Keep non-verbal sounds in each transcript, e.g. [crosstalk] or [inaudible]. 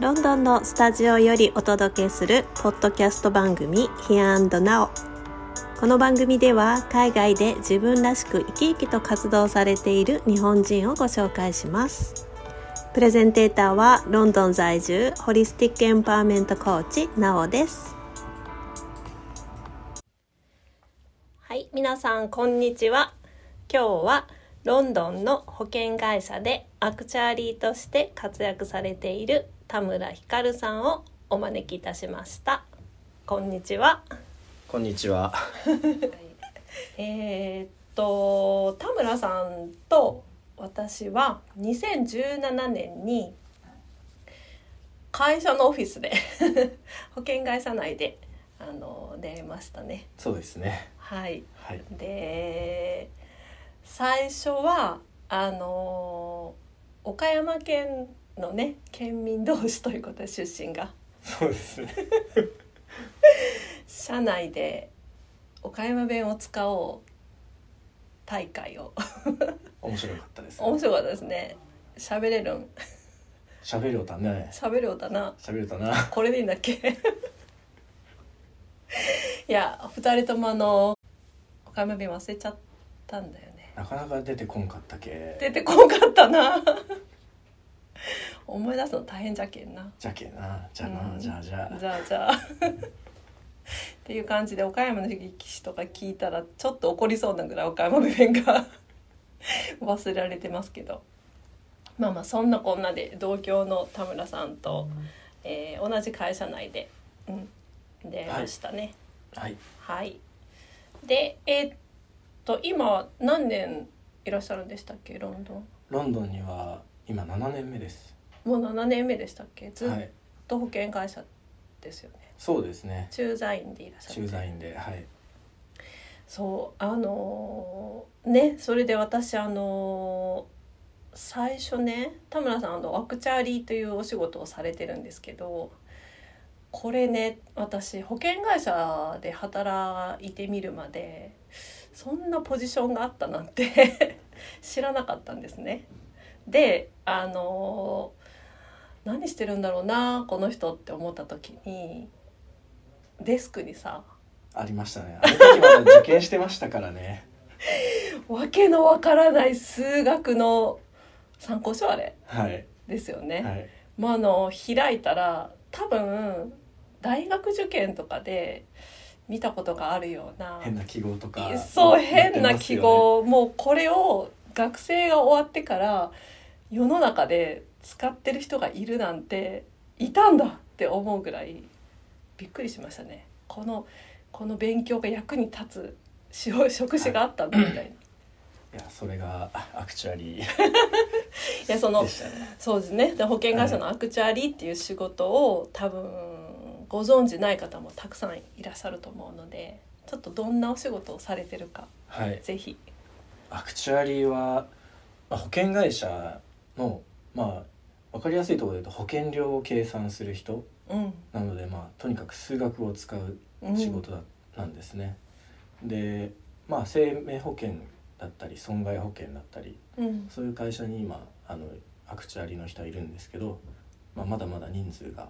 ロンドンのスタジオよりお届けするポッドキャスト番組 Here&Now この番組では海外で自分らしく生き生きと活動されている日本人をご紹介しますプレゼンテーターはロンドン在住ホリスティックエンパワーメントコーチなおですはい皆さんこんにちは今日はロンドンの保険会社でアクチャーリーとして活躍されている田村ひかるさんをお招きいたしましたこんにちはこんにちは。えーっと田村さんと私は2017年に会社のオフィスで [laughs] 保険会社内であの出会いましたね。そうですね。はい、はい。で最初はあの岡山県のね県民同士ということで出身がそうですね。社内で岡山弁を使おう大会を面白かったです、面白かったですね喋れるん喋る歌ね。喋るおたな喋る歌な。これでいいんだっけいや二人ともあの岡山弁忘れちゃったんだよねなかなか出てこんかったけ。出てこんかったな思い出すの大変じゃけんなじゃけな。じゃう。なんじゃじゃ。じゃあじゃあっていう感じで岡山の歴史とか聞いたらちょっと怒りそうなぐらい岡山弁が忘れられてますけどまあまあそんなこんなで同郷の田村さんと、えー同じ会社内で、うん、出会いましたね。はい。はい、でえーっと今何年いらっしゃるんでしたっけロンドンロンドンには今7年目です。もう7年目でしたっけずはっい。と保険会社ですよね、そうですね。駐在員でいらっしゃる駐在員で、はい。そうあのーねそれで私あのー最初ね田村さんあのアクチャーリーというお仕事をされてるんですけどこれね私保険会社で働いてみるまでそんなポジションがあったなんて [laughs] 知らなかったんですね。であのー何してるんだろうなこの人って思った時にデスクにさありました [laughs] ね。あの時まだ受験してましたからね。わけのわからない数学の参考書あれはい。ですよね。はい。まあ、あの開いたら多分大学受験とかで見たことがあるような変な記号とか。そうやって変ますよねな記。号、もうこれを学生が終わってから世の中で使ってる人がいるなんていたんだって思うぐらいびっくりしましたねこのこの勉強が役に立つし職種があったんだみたいな。いや、それがアクチュ [laughs] アリーいやそのでしたね。そうですねで保険会社のアクチュアリーっていう仕事を多分ご存じない方もたくさんいらっしゃると思うのでちょっとどんなお仕事をされてるかはい。ぜひアクチュアリーは、まあ、保険会社のまあ分かりやすいところで言うと保険料を計算する人うん、なのでまあとにかく数学を使ううん、仕事だ、なんですね。でまあ生命保険だったり損害保険だったりうんそういう会社に今あのアクチュアリーの人はいるんですけど、まあ、まだまだ人数が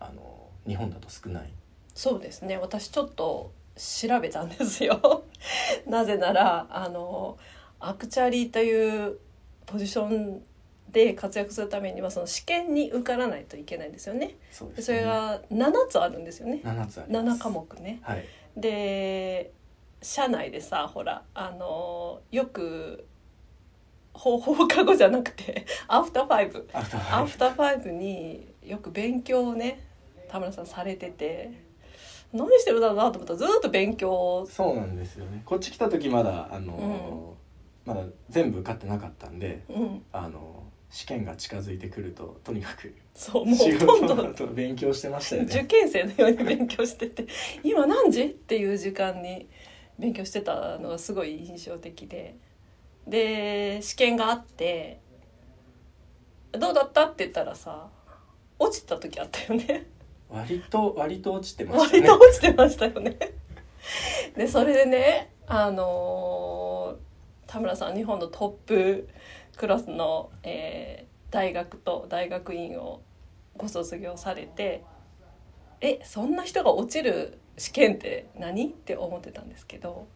あの日本だと少ない。そうですね私ちょっと調べたんですよ [laughs] なぜならあのアクチャリーというポジションで活躍するためにはその試験に受からないといけないんですよねそうでですそれが7つあるんですよね7つあります7科目ねはいで社内でさほらあのーよく放放課後じゃなくて [laughs] アフターファイブアフターファアイブフターファイブによく勉強をね田村さんされてて何してるだろうなと思ったらずっと勉強をそうなんですよねこっち来た時まだあの、まだ全部受かってなかったんでうんあの試験が近づいてくるととにかくそうもう仕ほとん事のどこと勉強してましたよ受ね験生のように勉強して [laughs] て「今何時?」っていう時間に勉強してたのがすごい印象的でで試験があって「どうだった?」って言ったらさ落ちた時あったよね割と割と落ちてました割ねと落ちてましたよねでそれでねあのー田村さん日本のトップクラスの、えー大学と大学院をご卒業されてえそんな人が落ちる試験って何って思ってたんですけど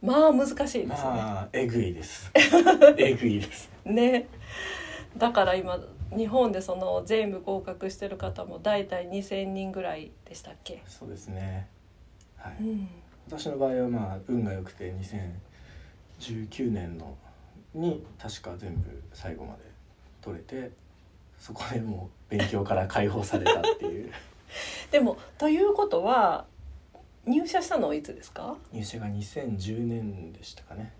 まあ難しいですね。まあえぐいです [laughs] えぐいですねだから今日本でその全部合格してる方も大体2,000人ぐらいでしたっけ、そうですねはい、うん、私の場合はまあ運が良くて2019年のに確か全部最後まで取れてそこでもう勉強から解放されたっていうでもということは入社したのはいつですか入社が2010年でしたかね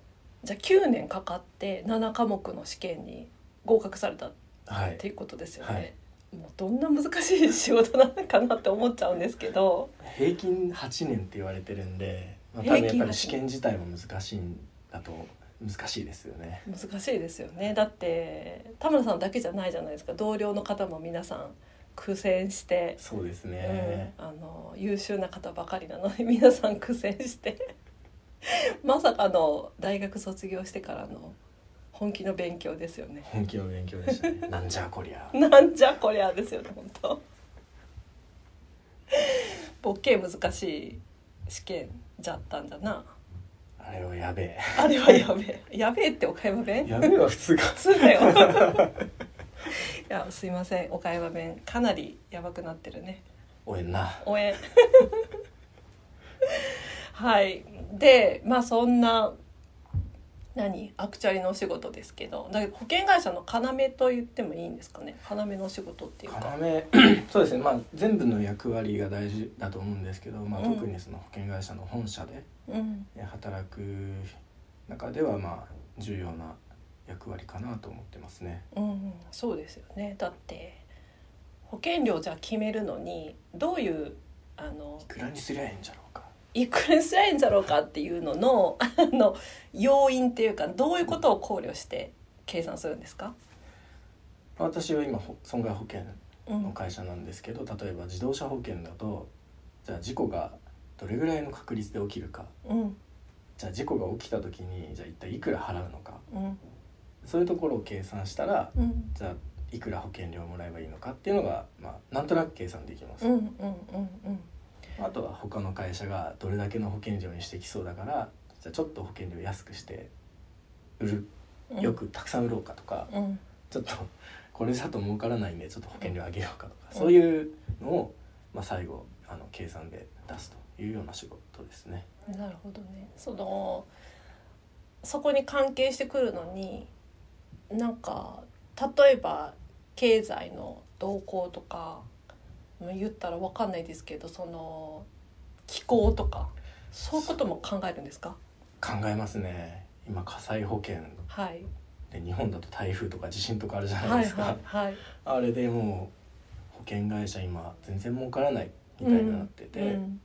じゃあ9年かかって7科目の試験に合格されたっはいていうことですよね、はいもうどんな難しい仕事なのかなって思っちゃうんですけど平均8年って言われてるんで、まあ、多平分均やっぱ8り試験自体も難しいんだと難しいですよね難しいですよねだって田村さんだけじゃないじゃないですか同僚の方も皆さん苦戦してそうですね、うん、あの優秀な方ばかりなので皆さん苦戦してまさかの大学卒業してからの本気の勉強ですよね。本気の勉強でしたね [laughs] なんじゃこりゃ [laughs] なんじゃこりゃですよね本当。ボッケ難しい試験じゃったんだな。あれはやべえあれはやべえ。やべえって岡山弁？やべえは普通か普通だよ。いやすいません岡山弁かなりやばくなってるね。おえんな応援 [laughs] はいでまあそんな何アクチュアリのお仕事ですけどだけど保険会社の要と言ってもいいんですかね要のお仕事っていうか要そうですね、まあ、全部の役割が大事だと思うんですけど、まあ、うん特にその保険会社の本社でうんえ働く中ではまあ重要な役割かなと思ってますね。うんそうですよねだって保険料じゃ決めるのにどういうあのいくらにすりゃええんじゃろうかいくらにすりゃいいんだろうかっていうののあの要因っていうかどういうことを考慮して計算するんですか、まあ私は今ほ損害保険うんの会社なんですけど例えば自動車保険だとじゃあ事故がどれぐらいの確率で起きるかうんじゃあ事故が起きた時にじゃあ一体いくら払うのかうんそういうところを計算したらうんじゃあいくら保険料もらえばいいのかっていうのが、まあ、なんとなく計算できますうんう。んうんあとは他の会社がどれだけの保険料にしてきそうだからじゃあちょっと保険料安くして売るうんよくたくさん売ろうかとか、うんちょっとこれだと儲からないんでちょっと保険料上げようかとか、うんそういうのを、まあ、最後あの計算で出すというような仕事ですね。なるほどねそのそこに関係してくるのになんか例えば経済の動向とかまあ言ったらわかんないですけどその気候とかそういうことも考えるんですか考えますね今火災保険はいで日本だと台風とか地震とかあるじゃないはでいすか、はいはいあれでもう保険会社今全然儲からないみたいになってて、うん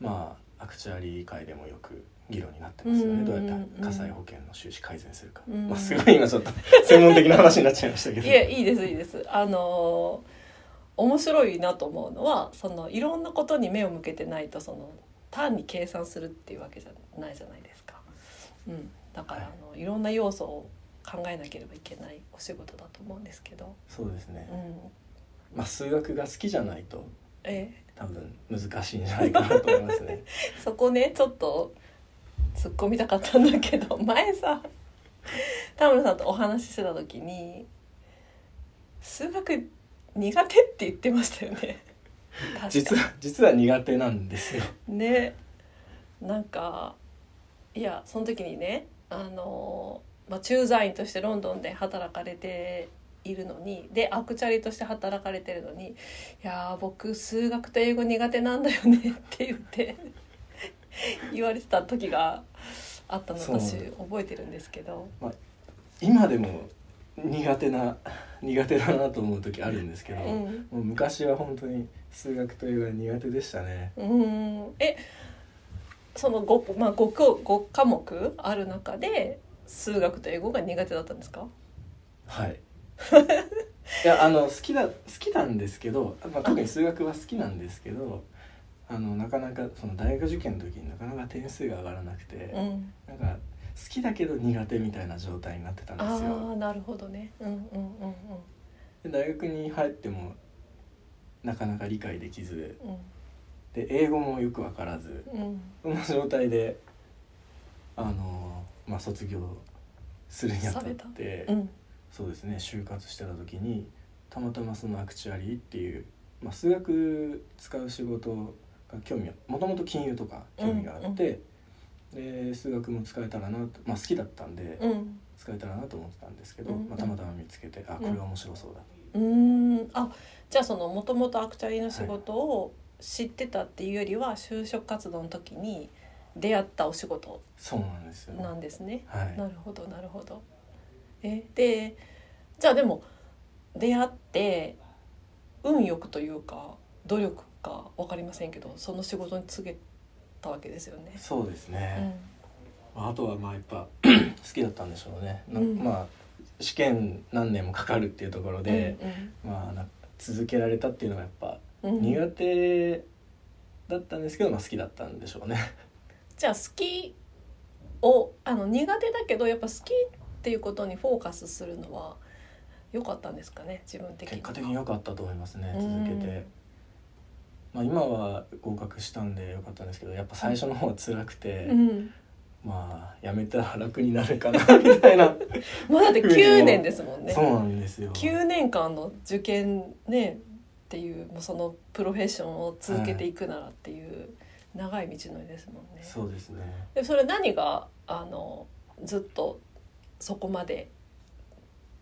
まあアクチュアリー界でもよく議論になってますよね、うんうんどうんうやって火災保険の収支改善するか、うんまあ、すごい今ちょっと [laughs] 専門的な話になっちゃいましたけいどやいいですいいですあのー面白いなと思うのはそのいろんなことに目を向けてないとその単に計算するっていうわけじゃないじゃないですか、うん、だから、はいあのいろんな要素を考えなければいけないお仕事だと思うんですけど、そうですうね、ん、まあ、数学が好きじゃないとえ多分難しいんじゃないかなと思いますね [laughs] そこねちょっと突っ込みたかったんだけど [laughs] 前さ田村さんとお話ししてた時に数学苦手って言ってましたよね。確か実は実は苦手なんですよねなんかいやその時にねあの、まあ、駐在員としてロンドンで働かれているのにでアクチャリとして働かれてるのに「いやー僕数学と英語苦手なんだよね」って言って [laughs] 言われてた時があったのそう私覚えてるんですけど。今でも苦手な苦手だなと思う時あるんですけど、うんもう昔は本当に数学と英語が苦手でしたねうーんえその 5, まあ、5, 個5科目ある中で数学と英語が苦手だったんですかはい [laughs] いやあの好きだ好きなんですけど、まあ、特に数学は好きなんですけどあのなかなかその大学受験の時になかなか点数が上がらなくて、うんなんか好きだけど苦手みたいな状態になってたんですあよあなるほどねうんうんうんで大学に入ってもなかなか理解できずうんで英語もよく分からずうんその状態であのまあ卒業するにあたってうんそうですね就活してた時にたまたまそのアクチュアリーっていう、まあ、数学使う仕事が興味もともと金融とか興味があって、で数学も使えたらなと、まあ、好きだったんで、うん使えたらなと思ってたんですけど、うんまあ、たまたま見つけてあこれは面白そうだ、うーんあじゃあそのもともとアクチャリの仕事を知ってたっていうよりは就職活動の時に出会ったお仕事そうなんですよなんですね。はいなるほどなるほど。えでじゃあでも出会って運よくというか努力か分かりませんけどその仕事に告げたわけですよね。そうですうね、んまああとはまあやっ [clears throat] ぱ好きだったんでしょうね、なうんまあ試験何年もかかるっていうところで、まあな続けられたっていうのがやっぱうんうん苦手だったんですけど、まあ、好きだったんでしょうねじゃあ好きをあの苦手だけどやっぱ好きっていうことにフォーカスするのは良かったんですかね自分的に結は。果的に良かったと思いますねう続んけて、まあ、今は合格したんで良かったんですけどやっぱ最初の方は辛くて、うん、まあやめたら楽になるかなみたい [laughs] なまあだって9年ですもんねそう。なんですよ9年間の受験ねっていうもうそのプロフェッションを続けていくならっていう長い道のりですもんね。そうですねでそれ何があのずっとそこまで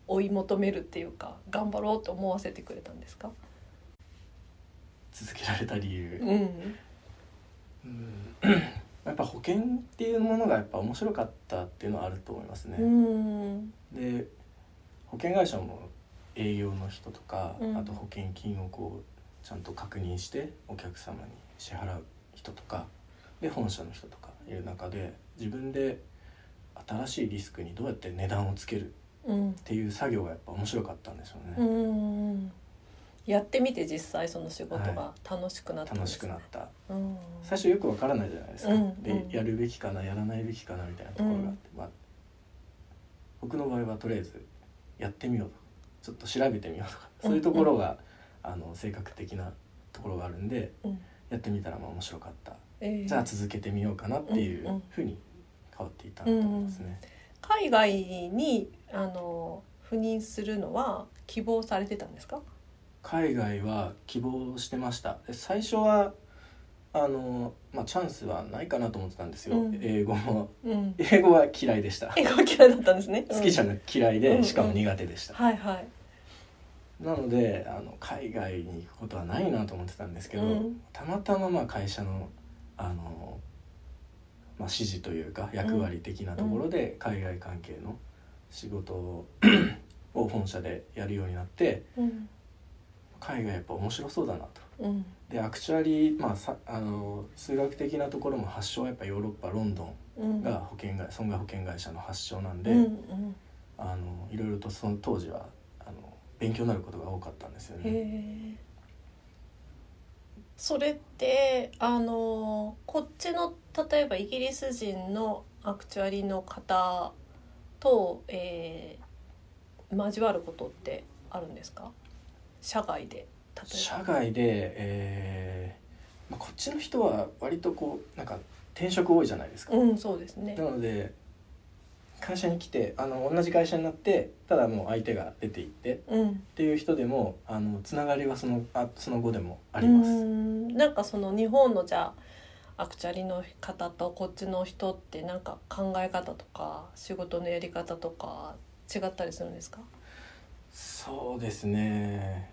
追い求めるっていうか頑張ろうと思わせてくれたんですか、続けられた理由、うんうんやっぱ保険っていうものがやっぱ面白かったっていうのはあると思いますうね、んで保険会社も営業の人とか、うんあと保険金をこうちゃんと確認してお客様に支払う人とかで本社の人とかいる中で自分で新しいリスクにどうやって値段をつけるっうんていう作業がやっぱ面白かったんでしょうね、うんやってみて実際その仕事が楽しくなったんで楽すしくねなったうん最初よくわからないじゃないですか、うんでうんやるべきかなやらないべきかなみたいなところがあって、まあ、僕の場合はとりあえずやってみようとかちょっと調べてみようとかうんそういうところが、あの性格的なところがあるんでうんやってみたらまあ面白かった、えーじゃあ続けてみようかなっていんううんふうに変わっていたんだと思いますね、海外にあの赴任するのは希望されてたんですか？海外は希望してましたで最初はあの、まあ、チャンスはないかなと思ってたんですよ、うん英語もうん。英語は嫌いでした英語嫌いだったんですね。好きじゃん。なく嫌いうんうんでしかも苦手でした、はいはい。なのであの海外に行くことはないなと思ってたんですけど、うんたまたままあ会社のあの、まあ、指示というか役割的なところで海外関係の仕事を [clears throat] を本社でやるようになってうん海外やっぱ面白そうだなと。うんでアクチュアリー、まあ、さあの数学的なところも発祥はやっぱヨーロッパロンドうん。ンが保険会損害保険会社の発祥なんで。うんうん。あのいろいろとその当時はあの勉強になることが多かったんですよへね。え。それってあのこっちの例えばイギリス人のアクチュアリの方と、えー、交わることってあるんですか？社外で例えば。社外で、えーまあ、こっちの人は割とこうなんか転職多いじゃないですか。うんそうですねな。ので会社に来てあの同じ会社になってただもう相手が出ていってっうん。ていう人でもあのつながりはそのあその後でもあります。うーんなんかその日本のじゃあアクチャリの方とこっちの人ってなんか考え方とか仕事のやり方とか違ったりするんですか？そうですね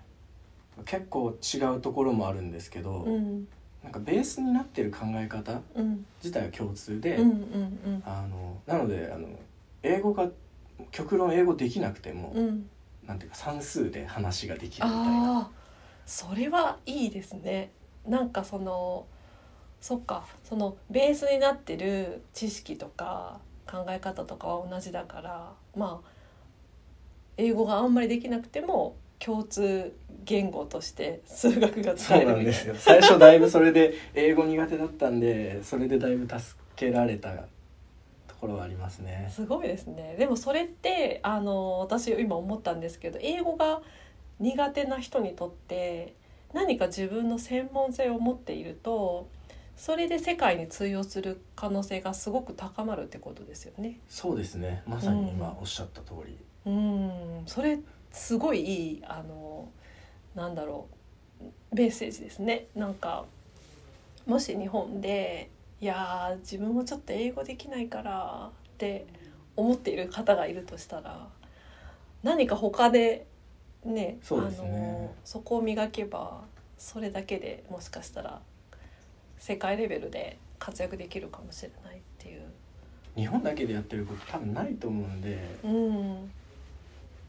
結構違うところもあるんですけど、うんなんかベースになってる考え方うん自体は共通で、うんうんあのなのであの英語が極論英語できなくても、うんうん。なんていうか算数で話ができるみたいなああそれはいいですね。なんかそのそっかそのベースになってる知識とか考え方とかは同じだからまあ英語があんまりできなくても共通言語として数学が使そえうなるみんでたいすよ最初だいぶそれで英語苦手だったんでそれでだいぶ助けられたところはありますなねすごいですねでもそれってあの私今思ったんですけど英語が苦手な人にとって何か自分の専門性を持っているとそれで世界に通用する可能性がすごく高まるってことですよね。そうですねまさに今おっしゃった通り、うんそれすごいいいあのなんだろうメッセージですねなんかもし日本でいやー自分もちょっと英語できないからって思っている方がいるとしたら何か他でねそうですねあのそこを磨けばそれだけでもしかしたら世界レベルで活躍できるかもしれないっていう。日本だけでやってること多分ないと思うんでうん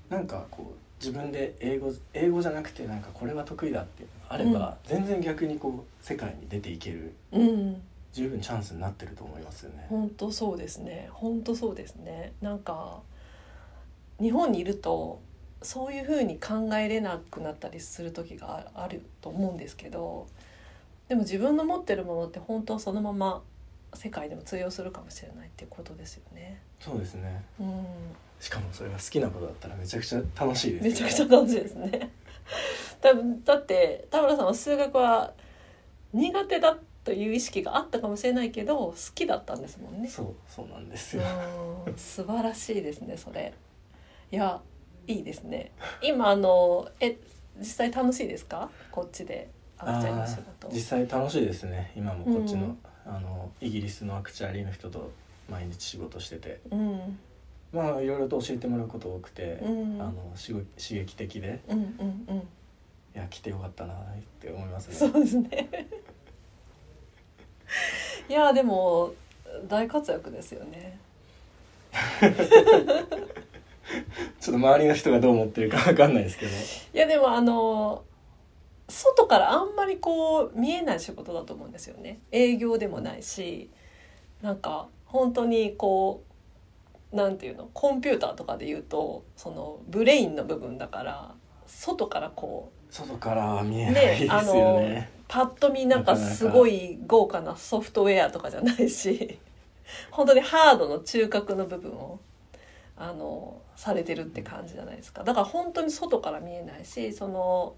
なんかこう自分で英語英語じゃなくてなんかこれは得意だってあれば、全然逆にこう世界に出ていけるうん十分チャンスになってると思いますよね。本当そうですね本当そうですねなんか日本にいるとそういうふうに考えれなくなったりする時がああると思うんですけどでも自分の持ってるものって本当そのまま世界でも通用するかもしれないっていうことですよね。そうですねうん、しかもそれが好きなことだったらめちゃくちゃ楽しいですよめちゃくちゃ楽しいですね。多分だって田村さんは数学は苦手だという意識があったかもしれないけど好きだったんですもんね。そうそうなんですよ、うん素晴らしいですねそれいやいいですね今あのえ実際楽しいですかこっちでアクチャリの仕あー事実際楽しいですね今もこっちの,、うんあのイギリスのアクチュアリーの人と毎日仕事しててうんまあいろいろと教えてもらうこと多くて、うんあのしご刺激的でうんうんうんいや来てよかったなって思いますそねうですねいやでも大活躍ですよねちょっと周りの人がどう思ってるかわかんないですけどいやでもあの外からあんまりこう見えない仕事だと思うんですよね営業でもないしなんか本当にこうなんていうのコンピューターとかで言うとそのブレインの部分だから外からこ外からは見えうないですねよあのねパッと見なんかすごい豪華なソフトウェアとかじゃないし [laughs] 本当にハードの中核の部分をあのされてるって感じじゃないですかだから本当に外から見えないしその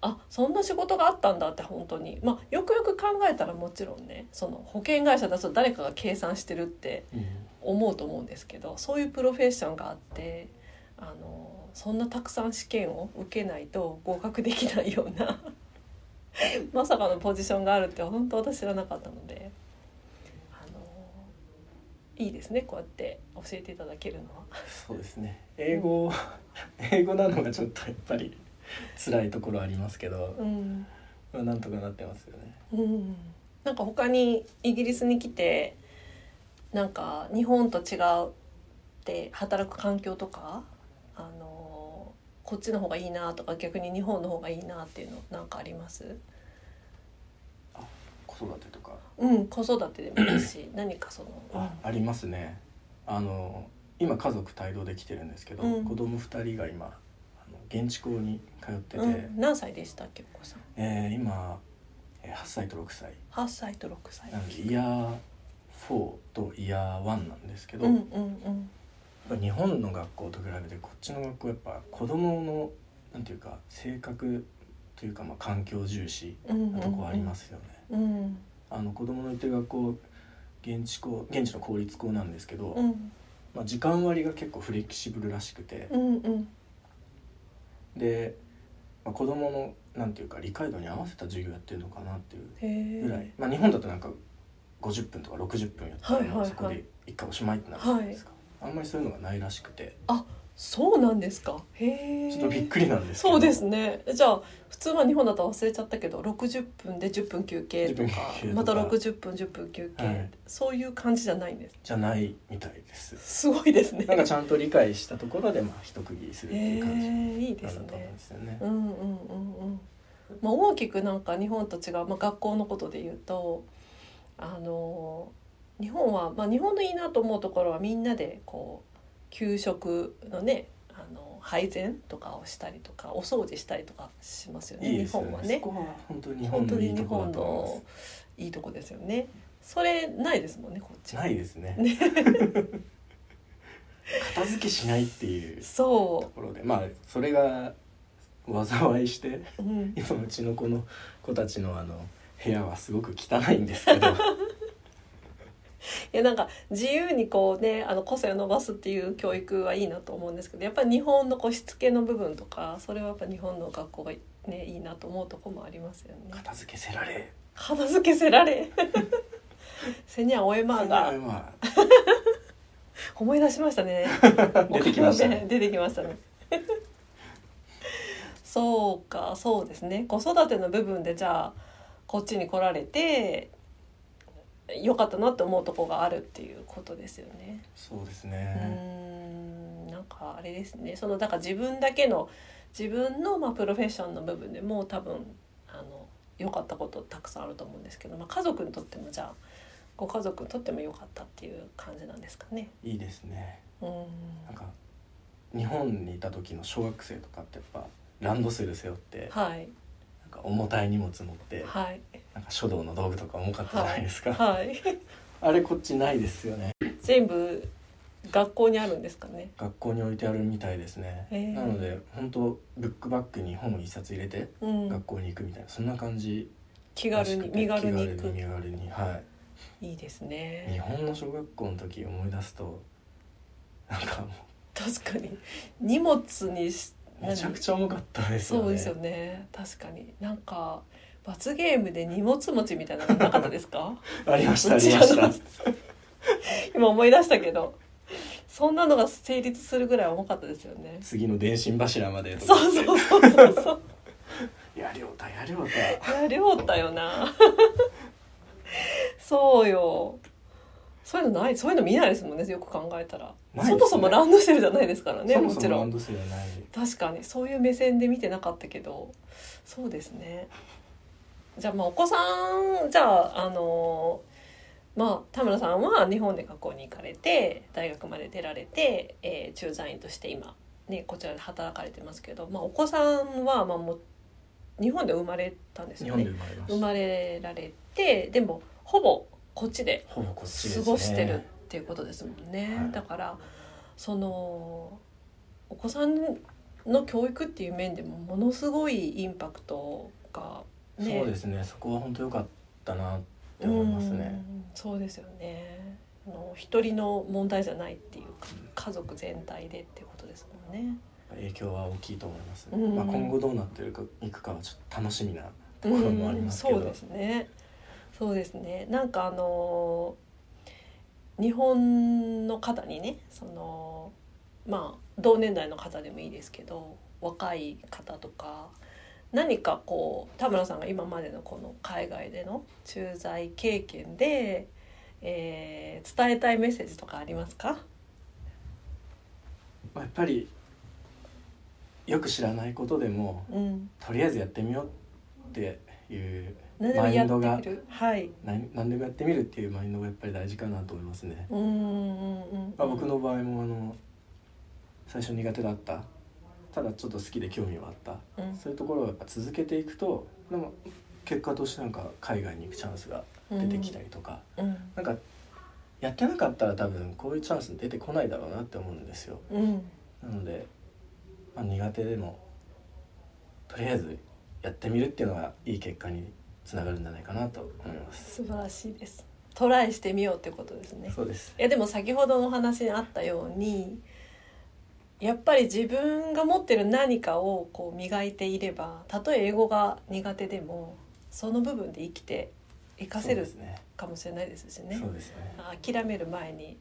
あそんな仕事があったんだって本当にまあよくよく考えたらもちろんねその保険会社だと誰かが計算してるってうん思うと思うんですけどそういうプロフェッションがあってあのそんなたくさん試験を受けないと合格できないような [laughs] まさかのポジションがあるって本当私知らなかったのであのいいですねこうやって教えていただけるのは。そうですね英語英語なのがちょっとやっぱり辛いところありますけど、うんまあ、なんとかなってますよねうん、なんか他にイギリスに来てなんか日本と違うって働く環境とかあのこっちの方がいいなとか逆に日本の方がいいなっていうのなんかあります子育てとかうん子育てでもいい [coughs] し何かそのあありますねあの今家族帯同できてるんですけど、うん子供2人が今あの現地校に通ってて、うん、何歳でしたっけお子さんえー今えー8歳と6歳8歳と6歳なのでイヤー4とイヤー1なんですけど、うんうやっんうんぱ日本の学校と比べてこっちの学校やっぱ子供のなんていうか性格というかまあ環境重視うんうんうなんとこありますよね。うんあの子供の行ってる学校現地校現地の公立校なんですけど、うんまあ、時間割が結構フレキシブルらしくて、うんうんで、まあ、子供のなんていうか理解度に合わせた授業やってるのかなっていへえうぐらい、まあ、日本だとなんか50分とか60分やったらはいはいもはういそこで一回おしまいってなるじゃないですか、あんまりそういうのがないらしくてそうなんですかへえちょっとびっくりなんですけどそうですねじゃあ普通は日本だと忘れちゃったけど60分で10分休憩とか10分休憩とかまた60分10分休憩、はいそういう感じじゃないんですじゃないみたいですすごいですね [laughs] なんかちゃんと理解したところでまあ一区切りするってえいう感じー、いいでなんすだと思うねんですよねう、んうんうんうんまあ大きくなんか日本と違う、まあ、学校のことで言うとあの日本は、まあ、日本のいいなと思うところはみんなでこう給食のねあの配膳とかをしたりとかお掃除したりとかしますよねいいですよ日ね本はねそ。こは本当に日本本当のいにい日ところだ本と思いまのいいとこですよね。それないですもんねこっすち。ないですね [laughs] 片付けしないっていうそところでまあそれが災いして [laughs] うん、今うちの子の子たちのあの部屋はすごく汚いんですけ [laughs] どいやなんか自由にこうねあの個性を伸ばすっていう教育はいいなと思うんですけどやっぱり日本のこうしつけの部分とかそれはやっぱ日本の学校がねいいなと思うとこもありますよね。片付けせられ片付けせられ [laughs] せにゃおえまんがま思い出しましたねあ [laughs] 出てきましたね [laughs] 出てきましたねそうかそうですね子育ての部分でじゃあこっちに来られて良かったなって思うとこがあるっていうことですよね。そうですうね、ーんなんかあれですねそのだから自分だけの自分のまあプロフェッションの部分でもう多分あの良かったことたくさんあると思うんですけど、まあ、家族にとってもじゃあご家族にとっても良かったっていう感じなんですかね。いいですねうーんなんか日本にいた時の小学生とかってやっぱランドセル背負ってはいなんか重たい荷物持ってはいなんか書道の道具とか重かったじゃないですか、はい [laughs] あれこっちないですよね全部学校にあるんですかね。学校に置いてあるみたいですね、へーなので本当ブックバッグに本を一冊入れてうん学、校に行くみたいなそんな感じ気ら軽しくにて身軽に行く気軽に身軽にはいいいです日ね本の小学校の時思い出すとなんかも確かに荷物にしうめちゃくちゃ重かったですよねそうですよね確かになんか罰ゲームで荷物持ちみたいなのなかったですか [laughs] ありましたあう [laughs] ちりらまのした今思い出したけどそんなのが成立するぐらい重かったですよね次の電信柱までとかそうそうそうそうそうやりょうたやりょういや量ったよな [laughs] そうよそういうのないそういうの見ないですもんねよく考えたら、ないですそねもそもランドセルじゃないですからた、ねそもそもちもろラんンドセルはない確かにそういう目線で見てなかったけどそうですねじゃあまあお子さんじゃああのまあ田村さんは日本で学校に行かれて大学まで出られて、えー駐在員として今、ね、こちらで働かれてますけど、まあ、お子さんはまあもう日本で生まれたんです日よ本でね。生生まれましたまれられてでもほぼこっちでほぼこっちです過ねごしてるっていうことですもんね、はいだからそのお子さんの教育っていう面でもものすごいインパクトがねそうですねそこは本当良かったなって思いますねうんそうですよねあの一人の問題じゃないっていうか家族全体でっていうことですもんね。影響は大きいと思います、うんまあ、今後どうなってるかいくかはちょっと楽しみなところもありますけど、うんそうですねそうですねなんかあの日本の方にねそのまあ同年代の方でもいいですけど若い方とか何かこう田村さんが今までのこの海外での駐在経験で、えー伝えたいメッセージとかありますかまあ、やっぱりよく知らないことでもうん、とりあえずやってみようっていう何でもマイやンドっがてみるはい何何でもやってみるっていうマインドがやっぱり大事かなと思いますね、うんうんうんまあ、僕の場合もあの最初苦手だったただちょっと好きで興味はあったうんそういうところをやっぱ続けていくとでも結果としてなんか海外に行くチャンスが出てきたりとか、うんなんかやってなかったら多分こういうチャンス出てこないだろうなって思うんですようんなので、まあ、苦手でもとりあえずやってみるっていうのがいい結果につながるんじゃないかなと思います素晴らしいですトライしてみようってことですねそうですいやでも先ほどのお話にあったようにやっぱり自分が持ってる何かをこう磨いていればたとえ英語が苦手でもその部分で生きて生かせそうるですねかもしれないですしねそうですね諦める前に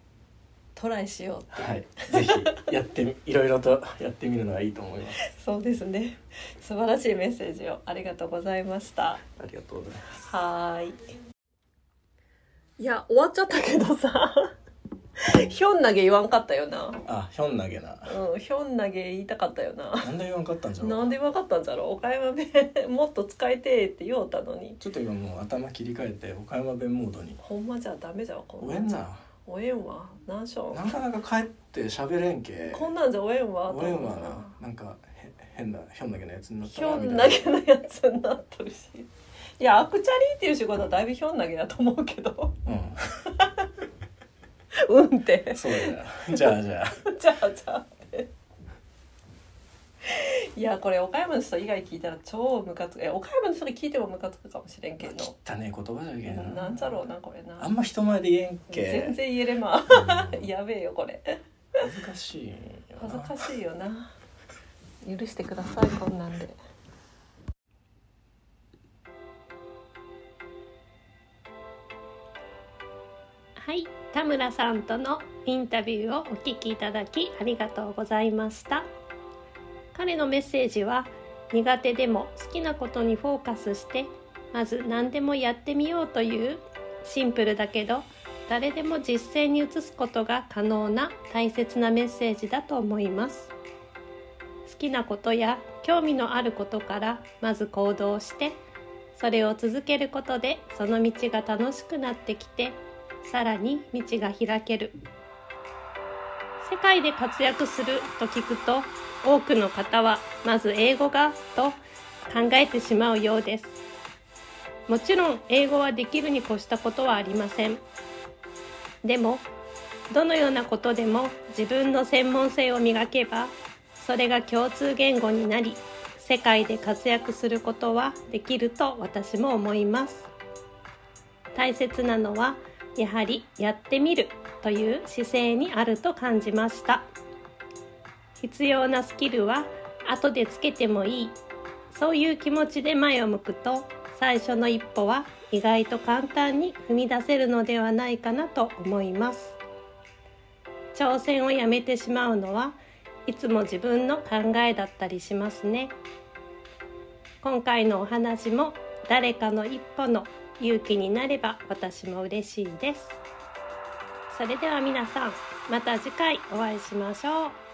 トライしようはいぜひやってみいろいろとやってみるのがいいと思いますそうですね素晴らしいメッセージをありがとうございましたありがとうございますはーい。いや、終わっちゃったけどさ。 [laughs] ひょん投げ言わんかったよな。あひょん投げなうん、ひょん投げ言いたかったよな。なんで言わんかったんじゃろうなんで分かったんじゃろう岡山弁 [laughs] もっと使いてえって言おうたのに。ちょっと今もう頭切り替えて岡山弁モードにほんまじゃダメじゃん、こんおなえんんじゃ。なおえんわ。なんしょなかなか帰って喋れんけん。こんなんじゃおえんわ。おえんとは思うさななんかへ変なひょん投げのやつになったひょん投なげのやつになっとるし。いや、アクチャリーっていう仕事はだいぶひょん投げだと思うけど。 [laughs] うんって [laughs] [laughs] うん。そうだよじゃあじゃあじゃあじゃあって。いやこれ岡山の人以外聞いたら超ムカつくえ岡山の人に聞いてもムカつくかもしれんけど汚ねえ言葉じゃいけんななんだろうなこれなあんま人前で言えんけ全然言えれまう [laughs] んやべえよこれ恥ずかしいよな恥ずかしいよな許してくださいこんなんではい、田村さんとのインタビューをお聞きいただきありがとうございました。彼のメッセージは苦手でも好きなことにフォーカスしてまず何でもやってみようというシンプルだけど誰でも実践に移すことが可能な大切なメッセージだと思います。好きなことや興味のあることからまず行動してそれを続けることでその道が楽しくなってきてさらに道が開ける世界で活躍すると聞くと多くの方はまず英語がと考えてしまうようですもちろん英語はできるに越したことはありませんでもどのようなことでも自分の専門性を磨けばそれが共通言語になり世界で活躍することはできると私も思います大切なのはやはりやってみるという姿勢にあると感じました必要なスキルは後でつけてもいいそういう気持ちで前を向くと最初の一歩は意外と簡単に踏み出せるのではないかなと思います挑戦をやめてしまうのはいつも自分の考えだったりしますね今回のお話も誰かの一歩の勇気になれば私も嬉しいですそれでは皆さんまた次回お会いしましょう